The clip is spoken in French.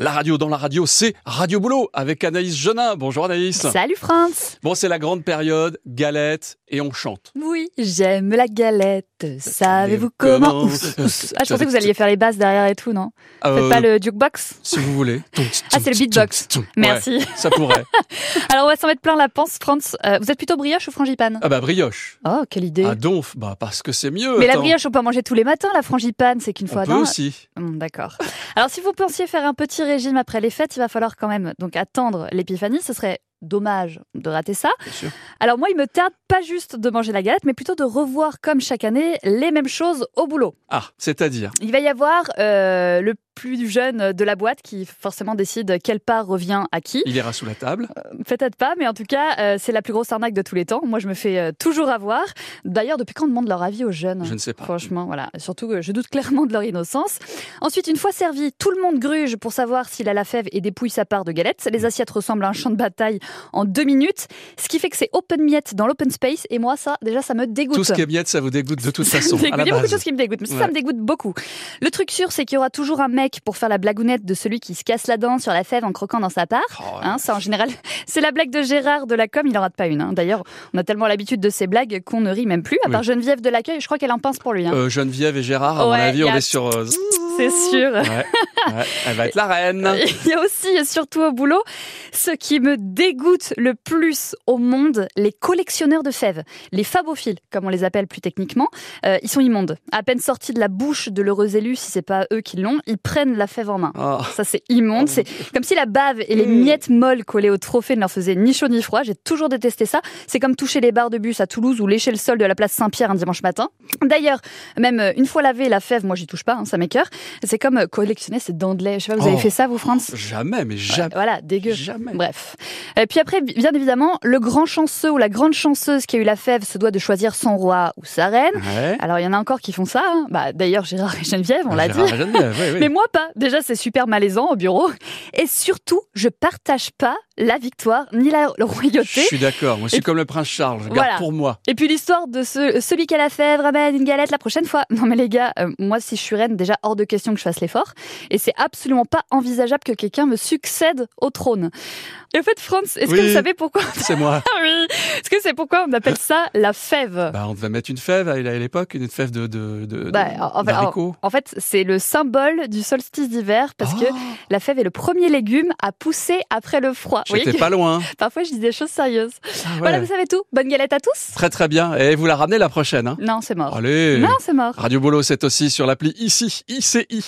La radio dans la radio, c'est Radio Boulot avec Anaïs Genin. Bonjour Anaïs. Salut France Bon, c'est la grande période, galette et on chante. Oui, j'aime la galette. Savez-vous comment comment Oups, oups. Ah, je pensais que vous alliez faire les basses derrière et tout, non Faites Euh, pas le jukebox Si vous voulez. Ah, c'est le beatbox. Ouais, Merci. ça pourrait. Alors on va s'en mettre plein la panse, France. Euh, vous êtes plutôt brioche ou frangipane Ah bah brioche. Oh, quelle idée Ah donf, bah parce que c'est mieux. mais la attends. brioche, on peut en manger tous les matins, la frangipane, c'est qu'une on fois peut dans- aussi. Hum, D'accord. Alors, si vous pensiez faire un petit régime après les fêtes, il va falloir quand même donc attendre l'épiphanie. Ce serait dommage de rater ça. Bien sûr. Alors moi, il me tarde pas juste de manger la galette, mais plutôt de revoir, comme chaque année, les mêmes choses au boulot. Ah, c'est-à-dire Il va y avoir euh, le plus jeune de la boîte qui forcément décide quelle part revient à qui. il ira sous la table. Ah Peut-être pas, mais en tout cas, euh, c'est la plus grosse arnaque de tous les temps. Moi, je me fais euh, toujours avoir. D'ailleurs, depuis quand on demande leur avis aux jeunes Je ne sais pas. Franchement, voilà. Surtout, que je doute clairement de leur innocence. Ensuite, une fois servi, tout le monde gruge pour savoir s'il a la fève et dépouille sa part de galette. Mm. Les assiettes ressemblent à un champ de bataille en deux minutes, ce qui fait que c'est open miette dans l'open space. Et moi, ça, déjà, ça me dégoûte. Tout ce qui est miette, ça vous dégoûte de toute Ça me façon. dégoûte. à la Il y a beaucoup de base. choses qui me dégoûtent, mais ça, Ouais. ça me dégoûte beaucoup. Le truc sûr, c'est qu'il y aura toujours un mec pour faire la blagounette de celui qui se casse la dent sur la fève en croquant dans sa part. Oh, Hein, ça, en général, c'est la blague de Gérard de la com, il n'en rate pas une. hein. D'ailleurs, on a tellement l'habitude de ces blagues qu'on ne rit même plus. À Oui. part Geneviève de l'accueil, je crois qu'elle en pince pour lui. hein. euh, Geneviève et Gérard, à Ouais, mon avis, y on a- est sur. euh, C'est sûr. Ouais, ouais, elle va être la reine. Il y a aussi et surtout au boulot ce qui me dégoûte le plus au monde, les collectionneurs de fèves, les fabophiles comme on les appelle plus techniquement. Euh, ils sont immondes. À peine sortis de la bouche de l'heureux élu, si c'est pas eux qui l'ont, ils prennent la fève en main. Oh. Ça c'est immonde, c'est comme si la bave et les Mm. miettes molles collées au trophée ne leur faisaient ni chaud ni froid. J'ai toujours détesté ça. C'est comme toucher les barres de bus à Toulouse ou lécher le sol de la place Saint-Pierre un dimanche matin. D'ailleurs, même euh, une fois lavée la fève, moi j'y touche pas, hein, ça m'écoeure. C'est comme euh, collectionner ces dents de lait. Je sais pas, vous avez Oh. fait ça vous, France Jamais, mais Ouais, jamais. Voilà, dégueu. Jamais. Bref. Et puis après, bien évidemment, le grand chanceux ou la grande chanceuse qui a eu la fève se doit de choisir son roi ou sa reine. Ouais. Alors il y en a encore qui font ça. hein. Bah, D'ailleurs, Gérard et Geneviève, on l'a dit. Ah, Gérard et Geneviève, oui, oui. Mais moi pas. Déjà, c'est super malaisant au bureau. Et surtout, je partage pas la victoire ni la Je royauté. suis d'accord. Moi, je suis Et- comme le prince Charles. Je Voilà. garde pour moi. Et puis l'histoire de ce- celui qui a la fève ramène une galette la prochaine fois. Non mais les gars, euh, moi si je suis reine, déjà hors de question que je fasse l'effort. Et c'est absolument pas envisageable que quelqu'un me succède au trône. Et en fait, France, est-ce que Oui. vous savez pourquoi C'est moi. Ah oui Est-ce que c'est pourquoi on appelle ça la fève Bah, on devait mettre une fève à à l'époque, une fève de, de, de, Bah, de- en- en- d'haricot. En fait, c'est le symbole du solstice d'hiver parce que Oh, la fève est le premier légume à pousser après le froid. Vous voyez J'étais que pas loin. parfois je dis des choses sérieuses. Ah ouais. Voilà, vous savez tout. Bonne galette à tous Très très bien. Et vous la ramenez la prochaine. hein. Non, c'est mort. Allez. Non, c'est mort. Radio Bolo, c'est aussi sur l'appli ICI, ICI.